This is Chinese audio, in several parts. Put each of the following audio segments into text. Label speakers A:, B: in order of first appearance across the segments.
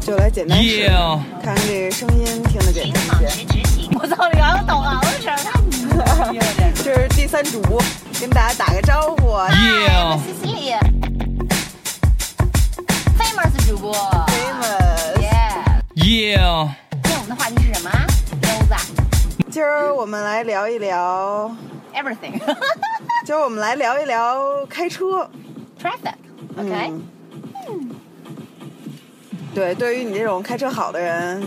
A: 就来简单试
B: Yeah
A: 看这声音听得简单一些。
C: 我操，你刚刚懂啊？为什么他不用这
A: 这是第三主播，跟大家打个招呼。啊
B: Yeah，
C: 西西里，famous 主播
A: Famous，
C: ，yeah。
B: yeah，
C: 今天我们的话题是什么？妞子
A: 今儿我们来聊一聊，
C: ，everything
A: 今儿我们来聊一聊开车。
C: traffic，OK，、
A: 嗯对，对于你这种开车好的人，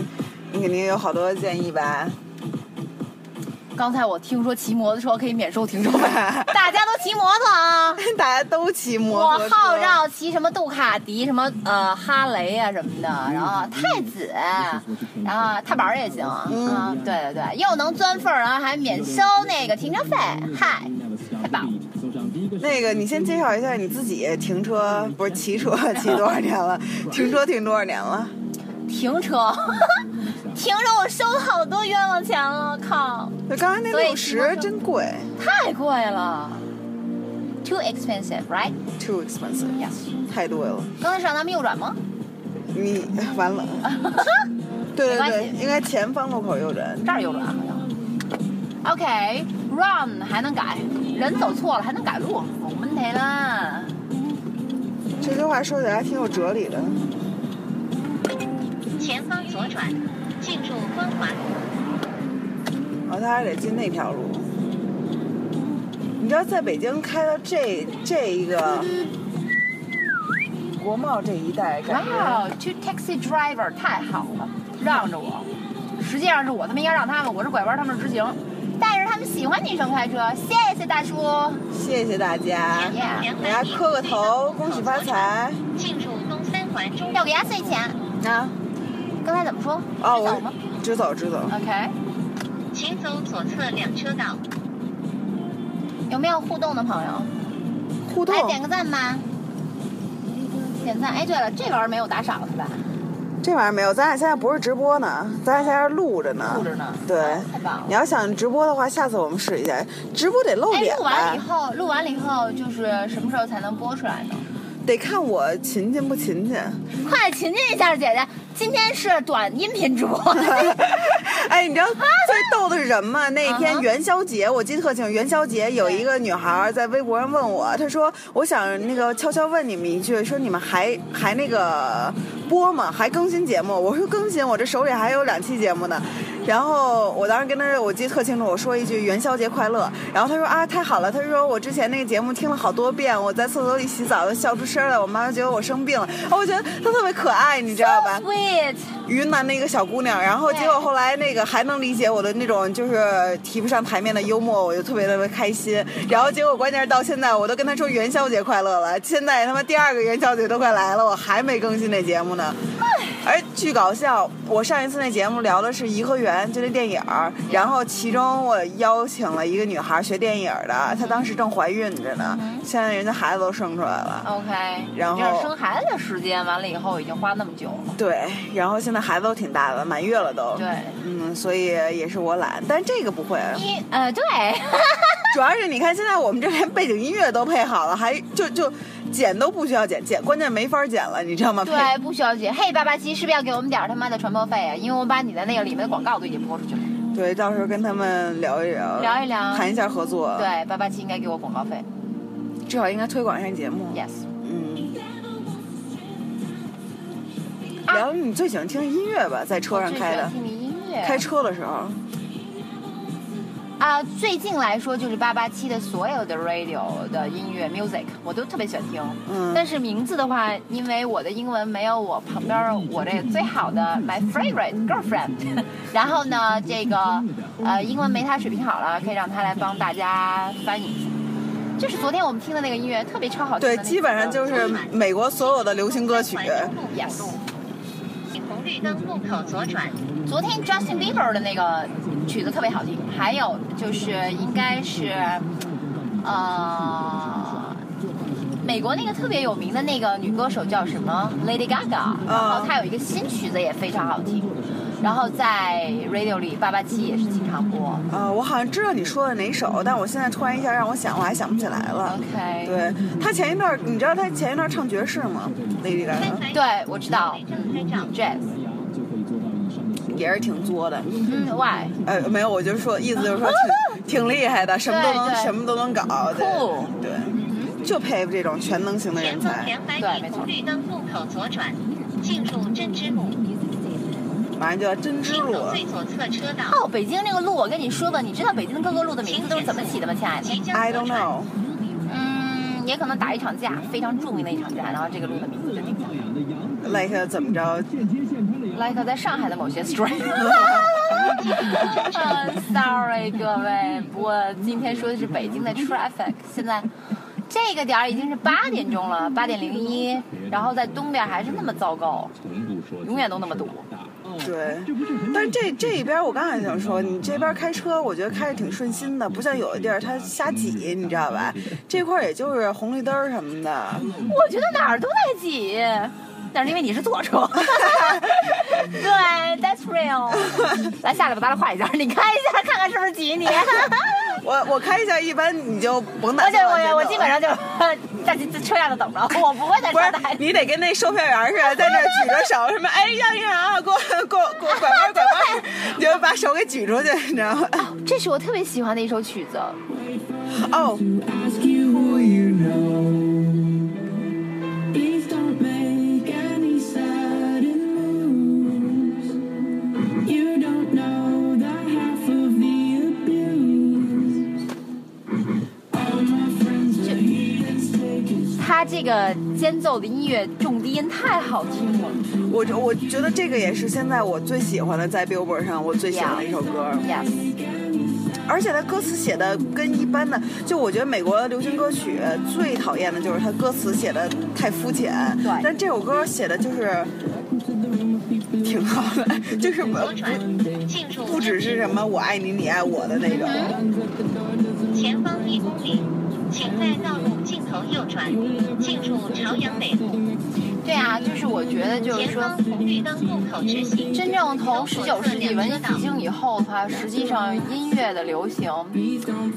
A: 你肯定有好多建议吧？
C: 刚才我听说骑摩托车可以免收停车费，大家都骑摩托啊！
A: 大家都骑摩
C: 我
A: 托车，
C: 号召骑什么杜卡迪、什么呃哈雷啊什么的，然
A: 嗯
C: 后太子，然后踏板也行啊、嗯对对对，又能钻缝儿，然后还免
A: 嗯
C: 收那个停车费，嗨，太棒了！
A: 那个，你先介绍一下你自己停车不是骑车骑多少年 了？停车停多少年了？
C: 停车，
A: 嗯
C: 停车我收了好多冤枉钱了，靠！
A: 就刚才那
C: 所以
A: 六
C: 骑摩
A: 十
C: 托
A: 真贵
C: 太贵了，too expensive, right?
A: ，too expensive，
C: Yes。
A: 太对了。
C: 刚才是让他们右转吗？
A: 你哎完 了，对对
C: 没关
A: 对
C: 系，
A: 应该前方路口右转。
C: 这儿右转好像。OK，run、还能改，人走错了还能改路，我们得了。
A: 这句话说起来还挺有哲理的。
D: 前方左转，进入光华路。
A: 哦，他还得进那条路。你知道，在北京开到这这一个国贸这一带，
C: 哇
A: 感觉
C: 哦，two taxi driver 太好了，让着我。实际上是我他妈应该让他们，我是拐弯，他们是直行。但是他们喜欢女生开车，谢谢大叔。
A: 谢谢大家，
C: Yeah，
A: 给大家磕个头，恭喜发财
D: 进入东三环中
C: 要给压岁钱。
A: 啊！
C: 刚才怎么说？
A: 哦，
C: 直走吗
A: 我直走直走，
D: 哎
C: ？OK，
D: 请走左侧两车道。
C: 有没有互动的朋友？
A: 互动
C: 来点个赞吧。点赞。哎，对了，这玩意儿没有打赏是吧？
A: 这玩意儿没有，咱俩现在不是直播呢，咱俩现在是录着呢
C: 录。着呢。哎
A: 对
C: 太棒
A: 你
C: 了。
A: 要想直播的话，下次我们试一下，直播得露
C: 哎，
A: 脸
C: 录完了
A: 吧
C: 以，后，录完了以后就是什么时候才能播出来呢？
A: 得看我勤勤不勤勤。
C: 快勤进一下，姐姐，今天是短音频主 播。
A: 哎，你知道最逗的是什么吗？那天
C: 啊
A: 元宵节，我记得特清。元宵节有一个女孩在微博上问我，她说：“我想那个悄悄问你们一句，说你们还还那个播吗？还更新节目？”我说：“更新，我这手里还有两期节目呢。”然后我当时跟她，我记得特清楚，我说一句“元宵节快乐”，然后她说：“啊，太好了！”她说：“我之前那个节目听了好多遍，我在厕所里洗澡都笑出声了，我妈觉得我生病了。”哦，我觉得她特别可爱，你知道吧？
C: Sweet，
A: 云南的一个小姑娘，然后结果后来那个还能理解我的那种就是提不上台面的幽默，我就特别特别开心。然后结果关键是到现在我都跟她说元宵节快乐了，现在他妈第二个元宵节都快来了，我还没更新那节目呢。而巨搞笑，我上一次那节目聊的是颐和园，就那电影儿，然后其中我邀请了一个女孩学电影儿的，她当时正怀孕着呢，现在人家孩子都生出来了。
C: OK。
A: 然后
C: 这是生孩子的时间，完了以后已经花那么久了。
A: 对，然后现在孩子都挺大的，满月了都。
C: 对
A: 嗯，所以也是我懒，但这个不会，
C: 一呃，对，
A: 主要是你看现在我们这连背景音乐都配好了，还就就剪都不需要剪，剪关键没法剪了，你知道吗？
C: 对，不需要姐。嘿，八八七，是不是要给我们点儿他妈的传播费啊？因为我把你的那个里面的广告都已经播出去了。
A: 对，到时候跟他们聊一聊，
C: 聊一聊
A: 谈一下合作，，
C: 对，八八七应该给我广告费。
A: 至少应该推广一下节目。
C: Yes。
A: 嗯，
C: 啊
A: 聊你最喜欢听音乐吧，在车上开
C: 我
A: 的，
C: 最喜欢听音乐。
A: 开车的时候，
C: 啊，最近来说就是八八七的所有的 radio 的音乐 music，我都特别喜欢听。
A: 嗯
C: 但是名字的话，因为我的英文没有我旁边儿我这最好的 my favorite girlfriend，然 后呢，这个呃英文没他水平好了，可以让他来帮大家翻译。就是昨天我们听的那个音乐，特别超好听
A: 对
C: 的那，几
A: 基
C: 个。
A: 本上就是美国所有的流行歌曲。
D: 环中路辅
C: Yes
D: 路，红绿灯路口左转，
C: 昨天 Justin Bieber 的那个曲子特别好听，还有就是应该是，呃，美国那个特别有名的那个女歌手叫什么 Lady Gaga，然后她有一个新曲子也非常好听。然后在 radio 里八八七也是经常播。
A: 啊，我好像知道你说的哪首，但我现在突然一下让我想，我还想不起来了。
C: OK，
A: 对他前一段，你知道他前一段唱爵士吗？Lady Gaga
D: 对
C: 对我知道嗯
D: 正拍照。
C: ，Jazz，
A: 也是挺作的。
C: 嗯，Why？
A: 呃，没有，我就是说，意思就是 说挺挺厉害的，什么都能
C: 对对
A: 什么都能搞。对
C: 酷嗯
A: 对，就佩服这种全能型的人
D: 前走
A: 才。
D: 两百米，红绿灯路口左转，进入镇之路，
A: 马上就要真之
D: 请
A: 路
D: 走
A: 了。
D: 最左侧车道，
C: 哦，北京那个路，我跟你说吧，你知道北京各个路的名字都是怎么起的吗，亲爱的？
D: 即将
A: I
D: 左
A: don't
D: 转。
A: know。
C: 嗯，也可能打一场架，非常著名的一场架，然后这个路的名字就定下来。
A: like 怎么着？
C: Like 在上海的某些 street。嗯，sorry 各位，我今天说的是北京的 traffic，现在。这个点儿已经是八点钟了，八点零一，然后在东边还是那么糟糕，永远都那么堵。
A: 对，但是这这一边我刚才想说，你这边开车，我觉得开着挺顺心的，不像有的地儿它瞎挤，你知道吧？这块儿也就是红绿灯儿什么的，
C: 我觉得哪儿都在挤，但是因为你是坐车。 对，That's real。来，下来吧，咱俩画一下，你开一下，看看是不是挤你。
A: 我我开一下，一般你就甭打
C: 而且
A: 算往前
C: 我
A: 走
C: 我基本上就是 在这车下头等着， 我不会在
A: 不
C: 车
A: 是
C: 台。
A: 你得跟那售票员似的，在那儿举着手什么，哎，让一让啊，给我给我给我拐弯拐弯，你就把手给举出去，你知道吗？
C: 这是我特别喜欢的一首曲子，
A: 哦，
B: ask you who you know. Please don't make any sudden moves. You don't know the half of the abuse. All my friends are heathens taking
C: 它这个间奏的音乐重低音太好听了。
A: 我我觉得这个也是现在我最喜欢的，在 Billboard 上我最喜欢的一首歌。
C: Yes，
A: 而且他歌词写的跟一般的，就我觉得美国流行歌曲呃最讨厌的就是他歌词写的太肤浅。
C: 对
A: 但这首歌写的就是挺好的，就是不
D: 左转，进入
A: 不只是什么我爱你你爱我的那种。
D: 前方一公里，请在道路尽头右转，进入朝阳北路。
C: 对啊，就是我觉得就是
D: 前
C: 说嗯
D: 方，红绿灯路口直行。
C: 真正从十九世纪文艺复兴以后的话，实际上音乐的流行，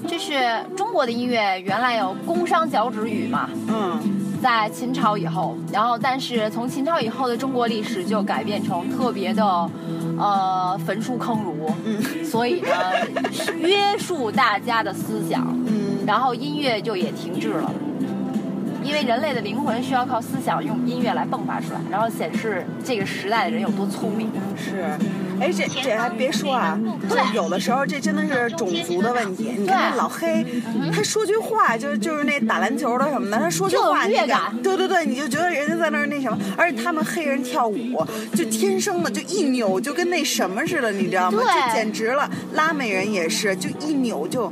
C: 就是中国的音乐原来有工商角徵羽嘛，
A: 嗯，
C: 在秦朝以后，然后但是从秦朝以后的中国历史就改变成特别的，呃，焚书坑儒，所以呢，约束大家的思想，
A: 嗯
C: 然后音乐就也停滞了。因为人类的灵魂需要靠思想用音乐来迸发出来，然后显示这个时代的人有多聪明。
A: 是。哎，这这还别说啊，就有的时候这真的是种族的问题。你看那老黑，他说句话就就是那打篮球的什么的，他说句话
C: 就
A: 你
C: 有
A: 就
C: 乐感
A: 对对对，你就觉得人家在那儿那什么，而且他们黑人跳舞就天生的就一扭就跟那什么似的，你知道吗？
C: 对
A: 就简直了。拉美人也是，就一扭就。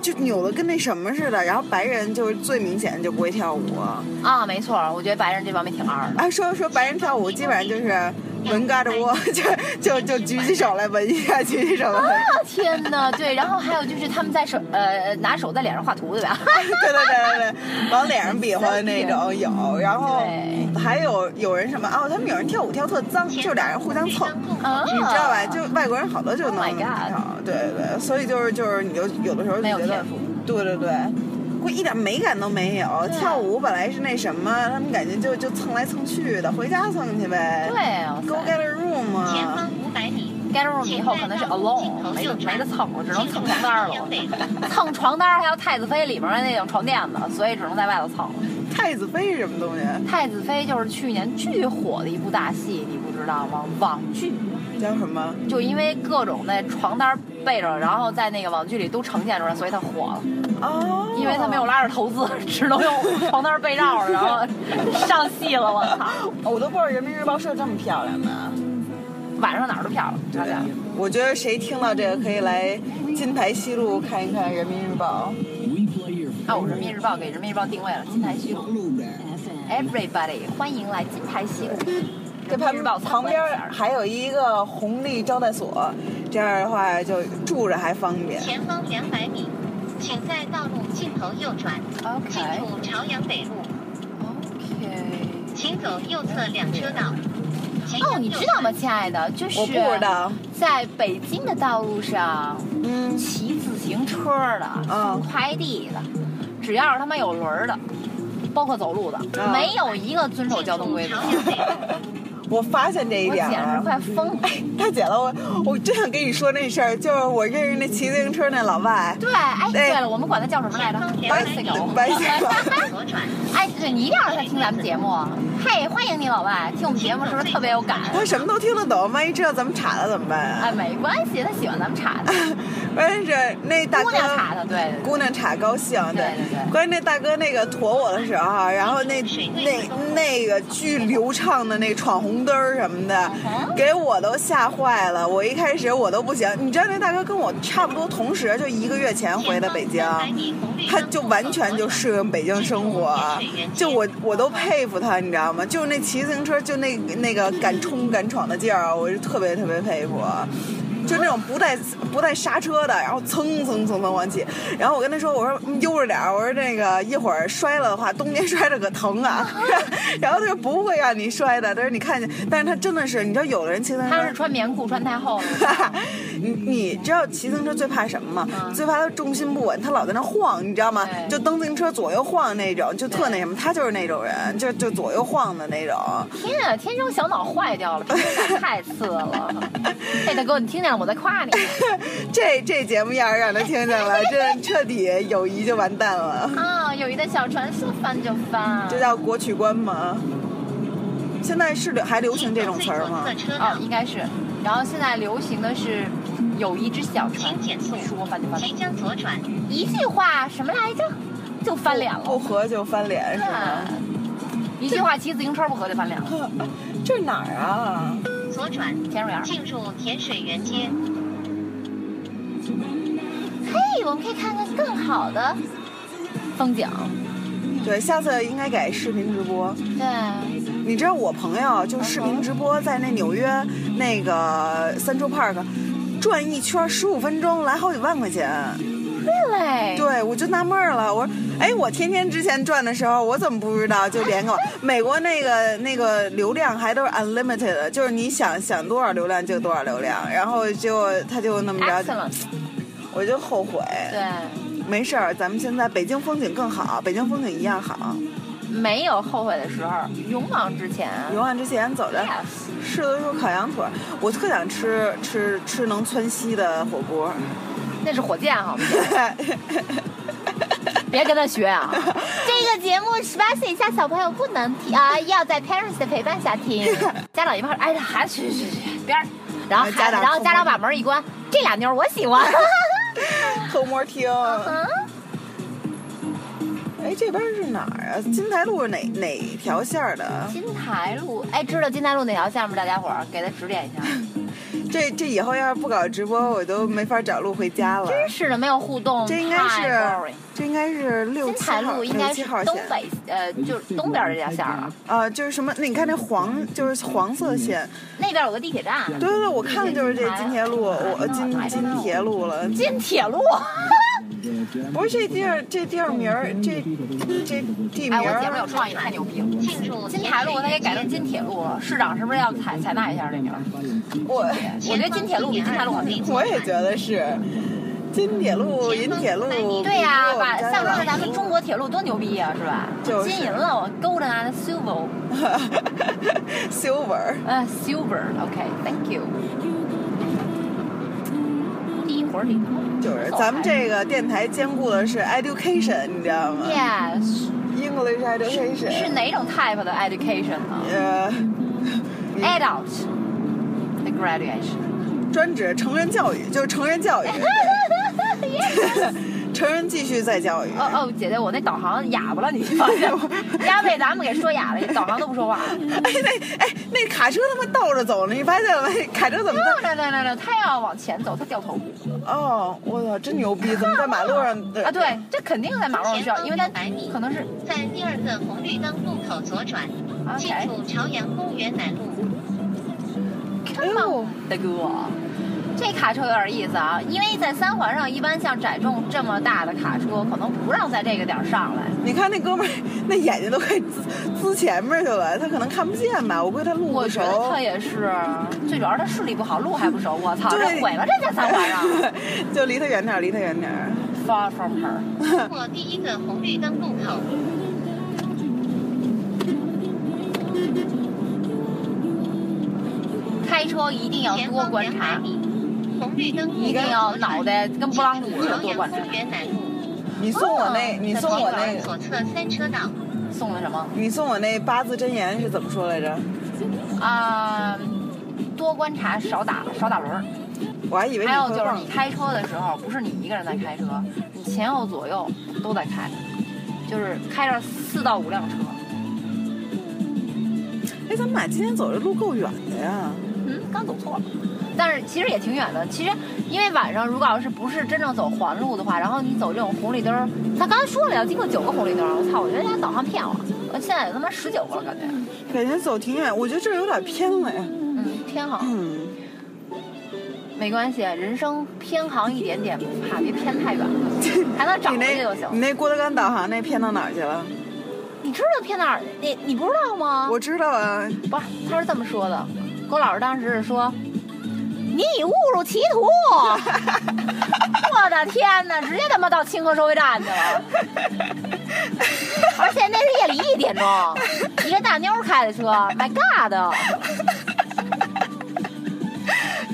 A: 就扭的跟那什么似的，然后白人就是最明显的就不会跳舞。
C: 啊，没错，我觉得白人这方面挺二 的。
A: 啊，说说白人跳舞，基本上就是闻嘎着窝， 就就就举起手来闻一下，举起手来闻。
C: 啊天哪，对，然后还有就是他们在手呃拿手在脸上画图，对 吧？
A: 对对对对对，往脸上比划的那种有，然后
C: 对
A: 还有有人什么哦，他们有人跳舞跳特脏，就俩人互相蹭。
C: 啊，
A: 你知道吧？就外国人好多就
C: Oh
A: 能
C: my
A: 跳
C: God
A: 对对对，所以就是就是你就有的时候就
C: 没有
A: 觉得
C: 天赋，
A: 对对对，估计一点美感都没有。
C: 对
A: 跳舞本来是那什么，他们感觉就就蹭来蹭去的，回家蹭去呗。
C: 对哇
A: ，Go
C: 塞
A: get a room
D: 前
A: 啊。
D: 方五百米，
C: ，get room 嗯以后可能是 alone，没得没得蹭，我只能蹭床单儿了。
D: 北路。
C: 蹭床单儿还有太子妃里面的那种床垫子，所以只能在外头蹭。
A: 太子妃是什么东西？
C: 太子妃就是去年巨火的一部大戏，你不知道吗？网剧，
A: 叫什么？
C: 就因为各种的床单儿被着，然后在那个网剧里都呈现出来，所以它火了。
A: 哦，
C: 因为他没有拉着投资，只能用床单被罩了，然后上戏了。我操，
A: 哦，我都不知道人民日报社这么漂亮呢。
C: 晚上哪儿都漂亮，大家。
A: 我觉得谁听到这个可以来金台西路看一看人民日报。
C: 啊，我人民日报给人民日报定位了，金台西路。Everybody，欢迎来金台西路。
A: 这
C: 人民
A: 旁
C: 日报参
A: 旁
C: 观
A: 边
C: 一下
A: 还有一个红利招待所，这样的话就住着还方便。
D: 前方两百米，请在道路尽头右转，进
C: OK
D: 入朝阳北路，
C: OK，
D: 请走右侧两车道，前
C: 哦，
D: 向
C: 你
D: 右
C: 知道吗，
D: 转
C: 亲爱的？就是啊
A: 我不知道，
C: 在北京的道路上，
A: 嗯，
C: 骑自行车的、送
A: 嗯
C: 快递的，只要是他妈有轮儿的，包括走路的，
A: 嗯
C: 没有一个遵守
D: 进
C: 交通规
D: 入
C: 则。
D: 朝阳 北路。
A: 我发现这一
C: 我
A: 点
C: 简
A: 儿哎
C: 直，快疯了！
A: 大姐了，我我真想跟你说那事儿，就是我认识那骑自行车那老外，
C: 对，哎，
A: 对
C: 对了，我们管他叫什么来
D: 前
C: 着
D: 方两百米
C: ？bicycle。
A: 白瞎了。
D: 左转，
C: 哎，对，你一定要让他听咱们节目。嘿，欢迎你，老外，听我们节目是不是特别有感？
A: 他什么都听得懂，万一知道咱们查他怎么办啊？
C: 哎，没关系，他喜欢咱们查的，
A: 关键是那大
C: 姑
A: 哥，
C: 娘查的，对对对。
A: 姑娘查高兴，
C: 对对对
A: 关键那大哥那个驮我的时候啊，然后那那那个巨流畅的那闯红灯儿什么的
C: 嗯哼，
A: 给我都吓坏了。我一开始我都不行，你知道那大哥跟我差不多同时，就一个月前回的北京。他就完全就适应北京生活，啊就我我都佩服他，你知道吗？就那骑自行车，就那那个敢冲敢闯的劲儿，啊我是特别特别佩服。啊就那种不带不带刹车的，然后蹭蹭蹭蹭往起，然后我跟他说，我说嗯悠着点儿，我说那个一会儿摔了的话，冬天摔着可疼啊。 然后他说不会让你摔的，他说你看见，但是他真的是，你知道有的人骑自行车
C: 他是穿棉裤穿太厚了，
A: 你你知道骑自行车最怕什么吗？
C: 嗯
A: 最怕他重心不稳，他老在那晃，你知道吗？
C: 对
A: 就蹬自行车左右晃那种，就特那什么。他就是那种人，就就左右晃的那种。
C: 天啊，天生小脑坏掉了，真的太次了。哎，大哥，你听见了？我在夸你。
A: 这这节目要是让他听见了，这彻底友谊就完蛋了。
C: 啊、友谊的小船说翻就翻。
A: 这叫国曲观吗？现在是流还流行这种词儿吗
D: 进入？最左侧车
C: 哦，
D: 道，
C: 应该是。然后现在流行的是友谊之小船
D: 请，减速
C: 说翻就翻，哎
D: 即将左转，
C: 一句话什么来着？就翻脸
A: 不
C: 了。
A: 合就翻脸是
C: 啊
A: 吗？
C: 一句话骑自行车不合就翻脸了。
A: 这是哪儿啊？
D: 左转，
C: 田蕊儿，
D: 进入甜水园街，
C: 嘿，我们可以看看更好的风景。
A: 对，下次应该改视频直播。
C: 对，
A: 你知道我朋友就视频直播在那纽约那个 Central Park 转一圈十五分钟来好几万块钱，
C: 对嘞。
A: 对我就纳闷儿了，我说哎，我天天之前转的时候我怎么不知道？就连个网美国那个那个流量还都是 unlimited，的就是你想想多少流量就多少流量，然后结果他就那么着，
C: Excellent，
A: 我就后悔。
C: 对，
A: 没事儿，咱们现在北京风景更好，北京风景一样好。
C: 没有后悔的时候，勇往直前。啊
A: 永远之前走着。
C: Yes，
A: 柿子树烤羊腿儿，我特想吃吃吃能窜稀的火锅。
C: 那是火箭好吗？别跟他学 啊！这个节目十八岁以下小朋友不能听啊、要在 parents 的陪伴 下听。家长一块儿，哎，孩子去去去，边儿。然后孩子
A: 家长
C: 然后家长把门一关，这俩妞儿我 喜欢。
A: 偷摸听。
C: 嗯，
A: 哎，这边是哪儿啊？金台路是哪哪条线儿的？
C: 金台路，哎，知道金台路哪条线吗？大家伙儿给他指 点一下。
A: 这这以后要是不搞直播，我都没法找路回家了。
C: 真是的，没有互动，
A: 这应该
C: 太 boring
A: 是，这应该是六
C: 金
A: 七
C: 台
A: 号，
C: 路
A: 六
C: 应该
A: 七
C: 是
A: 号
C: 东
A: 线
C: 北，呃，就是东边儿这条线儿了。
A: 啊、就是什么？那你看那黄，就是黄色线。
C: 那边有个地铁站，
A: 对对对，我看的就是这金铁路，我呃金金铁路了。
C: 金铁路。
A: 不是这地儿，这地儿名儿，这这地名
C: 哎，我姐们有
A: 儿。
C: 创意，太牛逼了。
D: 进入
C: 金
D: 甜
C: 台
D: 水
C: 路我得给
D: 园
C: 改成
D: 街，
C: 金铁路了，市长是不是要采采纳一下这名儿？
A: 我
C: 我觉得金铁路比金台路好听。
A: 我也觉得是，金铁路、银铁路，
C: 对呀、把
A: 比我们
C: 象
A: 家
C: 征
A: 的
C: 着咱们中国铁路多牛逼呀、是吧？
A: 就是
C: 金银了，我 golden and silver，
A: silver。
C: 呃、s i l v e r o k t h a n k you。第一活儿里头
A: 就是咱
C: 哎
A: 们这个电台兼顾的是 education，你知道吗
C: ，yes，
A: ？English
C: 是
A: education，
C: 哪种 type 的 education 呢
A: 呃，
C: ？Adult 的 graduation，
A: 专指成人教育，就是成人 教育，成人继续再教育。
C: 哦哦，姐姐，我那导航哑巴了，你放 心，丫被咱们给说哑了，导航都不说话。
A: 哎，那哎，那卡车他妈倒着走呢，你发现了吗？卡车怎么
C: 那那那那，他要往前走，他掉头
A: 在？哦，我操，真牛逼！怎么在马路上？呃哎
C: 啊！对，这肯定在马路上需要，因为他
D: 前方100米
C: 可能是
D: 在第二个红绿灯路口左转，进
C: OK。
D: 入朝阳公园南路。
A: 哎呦，
C: 大哥，这卡车有点意思啊，因为在三环上，一般像载重这么大的卡车，可能不让在这个点儿上来。
A: 你看那哥们儿那眼睛都快滋滋前面去了，他可能看不见吧？我估计他路
C: 我
A: 不熟
C: 觉。得他也是，最主要是他视力不好，路还不熟。我操，
A: 对
C: 这毁了这在三环上。
A: 就离他远点儿，离他远点儿。
C: Far from her。
D: 通过第一个红绿灯路口，
C: 开车一定要
D: 前
C: 多
D: 方
C: 观
D: 两百
C: 察，
D: 米，红绿灯路
C: 一定要脑袋跟布朗
D: 进
C: 古
D: 入
C: 似的
D: 朝
C: 多
D: 阳
C: 观察
D: 公。园南路，
A: 你送我那，你送我那
D: 左侧三车道，
C: 送了什么？
A: 你送我那八字真言是怎么说来着？
C: 啊、多观察，少打少打轮儿。
A: 我还以为你
C: 还有
A: 会
C: 就是
A: 忘
C: 你。开车的时候，不是你一个人在开车，你前后左右都在开，就是开着四到五辆车。
A: 哎，咱们俩今天走这路够远的呀。
C: 嗯，刚走错了。但是其实也挺远的。其实，因为晚上如果要是不是真正走环路的话，然后你走这种红绿灯儿，他刚才说了要经过九个红绿灯儿，我操！我觉得人家导航骗我，我现在有他妈十九个了，感觉。
A: 感觉走挺远，我觉得这儿有点偏了呀。
C: 嗯，偏航
A: 嗯，
C: 没关系，人生偏航一点点不怕，别偏太远了， 还能找
A: 你
C: 回去就
A: 那，你
C: 行。
A: 那郭德纲导航那偏到哪儿去了？
C: 你知道偏哪儿？你你不知道吗？
A: 我知道啊，
C: 不是，他是这么说的。郭老师当时是说：“你已误入歧途。”我的天哪，直接他妈到清河收费站去了。而且那是夜里一点钟，一个大妞儿开的车，My God！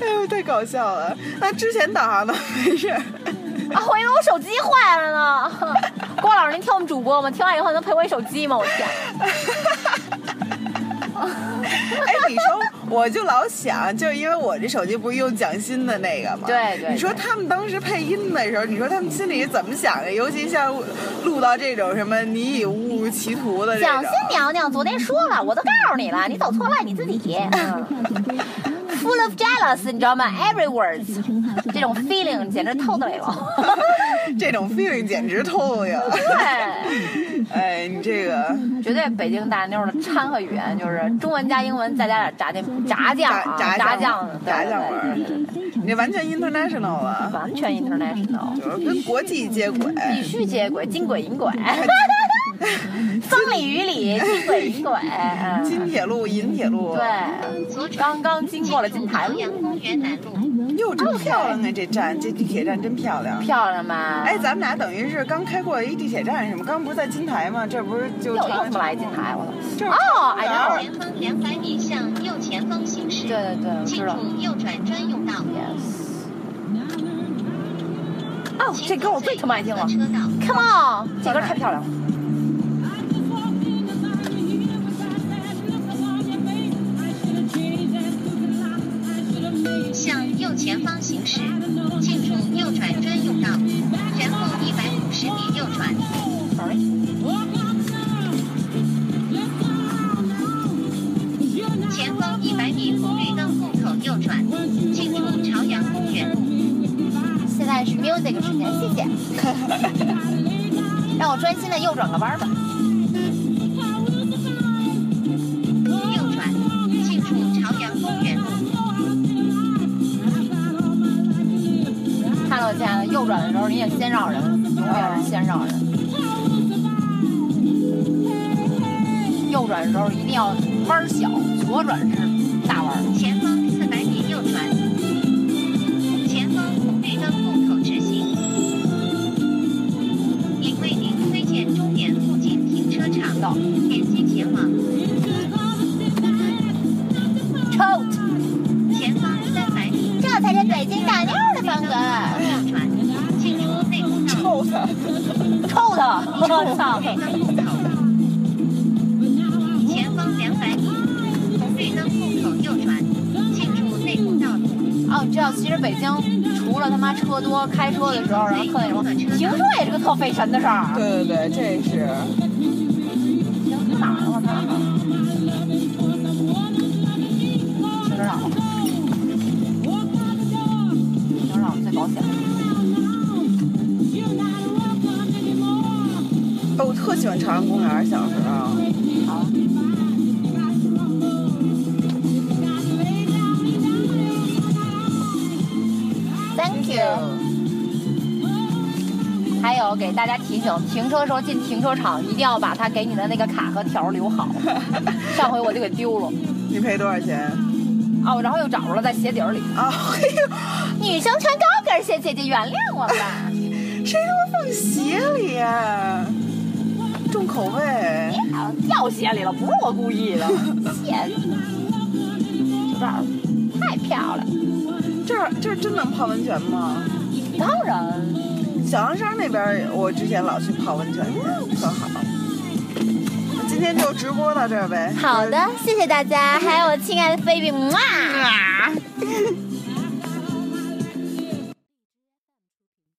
A: 哎呦，太搞笑了。那之前导航的没事儿，
C: 啊，我以为我手机坏了呢。 郭老师，您听我们主播吗？听完以后能赔我一手机吗？我天！
A: 哎，你说我就老想，就是因为我这手机不是用蒋欣的那个吗？
C: 对对
A: 你说他们当时配音的时候，你说他们心里怎么想的？尤其像录到这种什么“你已误入歧途”的这
C: 蒋
A: 种
C: 欣，娘娘昨天说了，我都告诉你了，你走错了你自己。Full of jealous，你知道吗？Every words，这种 feeling 简直透对了。
A: 这种 feeling 简直透呀！
C: 对，
A: 哎，你这个
C: 绝对北京大妞的掺和语言就是中文加英文，再加点炸酱炸酱啊，
A: 炸
C: 炸
A: 炸
C: 酱
A: 酱
C: 对
A: 炸
C: 对
A: 酱
C: 对
A: 味儿
C: 对对对
A: 你这完全 international 了。
C: 完 全 international，
A: 就是跟国际接轨，
C: 必须接轨，金 轨银轨，风里雨里，金轨银轨，
A: 金
C: 嗯，
A: 铁路、银铁路，，
C: 对，
D: 左转
C: 刚刚经过了金台
D: 朝
C: 路，
D: 阳公园南路，
A: 哟，真漂亮啊！这站，这地铁站真漂亮。
C: 漂亮吧？
A: 哎，咱们俩等于是刚开过一地铁站什么？刚不是在金台吗？这不是就
C: 又
A: 长
C: 又
A: 安
C: 他妈来金台，我操！
A: 这
C: 哦，I
A: 哎
C: know，
D: 前方两百米向右前方行驶，
C: 对对对，我
D: 进
C: 知道。
D: 入右转专用道。
C: Yes。哦，这歌我最他妈爱听了
D: 车道，
C: ！Come on，这歌太漂亮了。
D: 向右前方行驶，进入右转专用道，然后一百五十米右转。
C: Sorry。
D: 前方一百米红绿灯路口右转，进入朝阳公园路。
C: 现在是 music 时间，谢谢。 让我专心的右转个弯儿吧。
D: 右转，进入朝阳公园路。
C: 看到亲爱的，右转的时候你也先让人，永远是先让人。右转的时候一定要弯儿小，左转是大弯儿。
D: 前方四百米右转，前方红绿灯路口直行。已为您推荐终点附近停车场，
C: 到
D: 点击前往。
C: 抽，
D: 前方三百米
C: 这才是北京大妞儿的风格。
D: 右转，进入内湖道。
A: 臭的，
C: 臭他！我操！
D: 红绿灯路口，前方两百米，红绿灯路口右转，进入内湖道路。
C: 哦，你知道，其实北京除了他妈车多，开车的时候然后特那什么，停车也是个特费神的事儿。
A: 对对对，这是
C: 停哪儿了？我操！停车场，停车场最保险。
A: 哎，我特喜欢朝阳公园，小时候。
C: 好，去。还有给大家提醒，停车时候进停车场一定要把他给你的那个卡和条留 好。上回我就给丢了，
A: 你赔多少钱？
C: 哦，然后又找着了，在鞋底儿里。
A: 啊， 嘿呦，
C: 女生穿高跟鞋，姐姐原谅我吧。
A: 谁他妈放鞋里啊？重口味。
C: 啊，掉鞋里了，不是我故意的。鞋，这儿太漂亮，
A: 这儿这儿真能泡温泉吗？
C: 当然
A: 小洋山那边儿我之前老去泡温泉去，特好。今天就直播到这儿呗。
E: 好的，谢谢大家，还有我亲爱的 baby，哇。
A: 啊。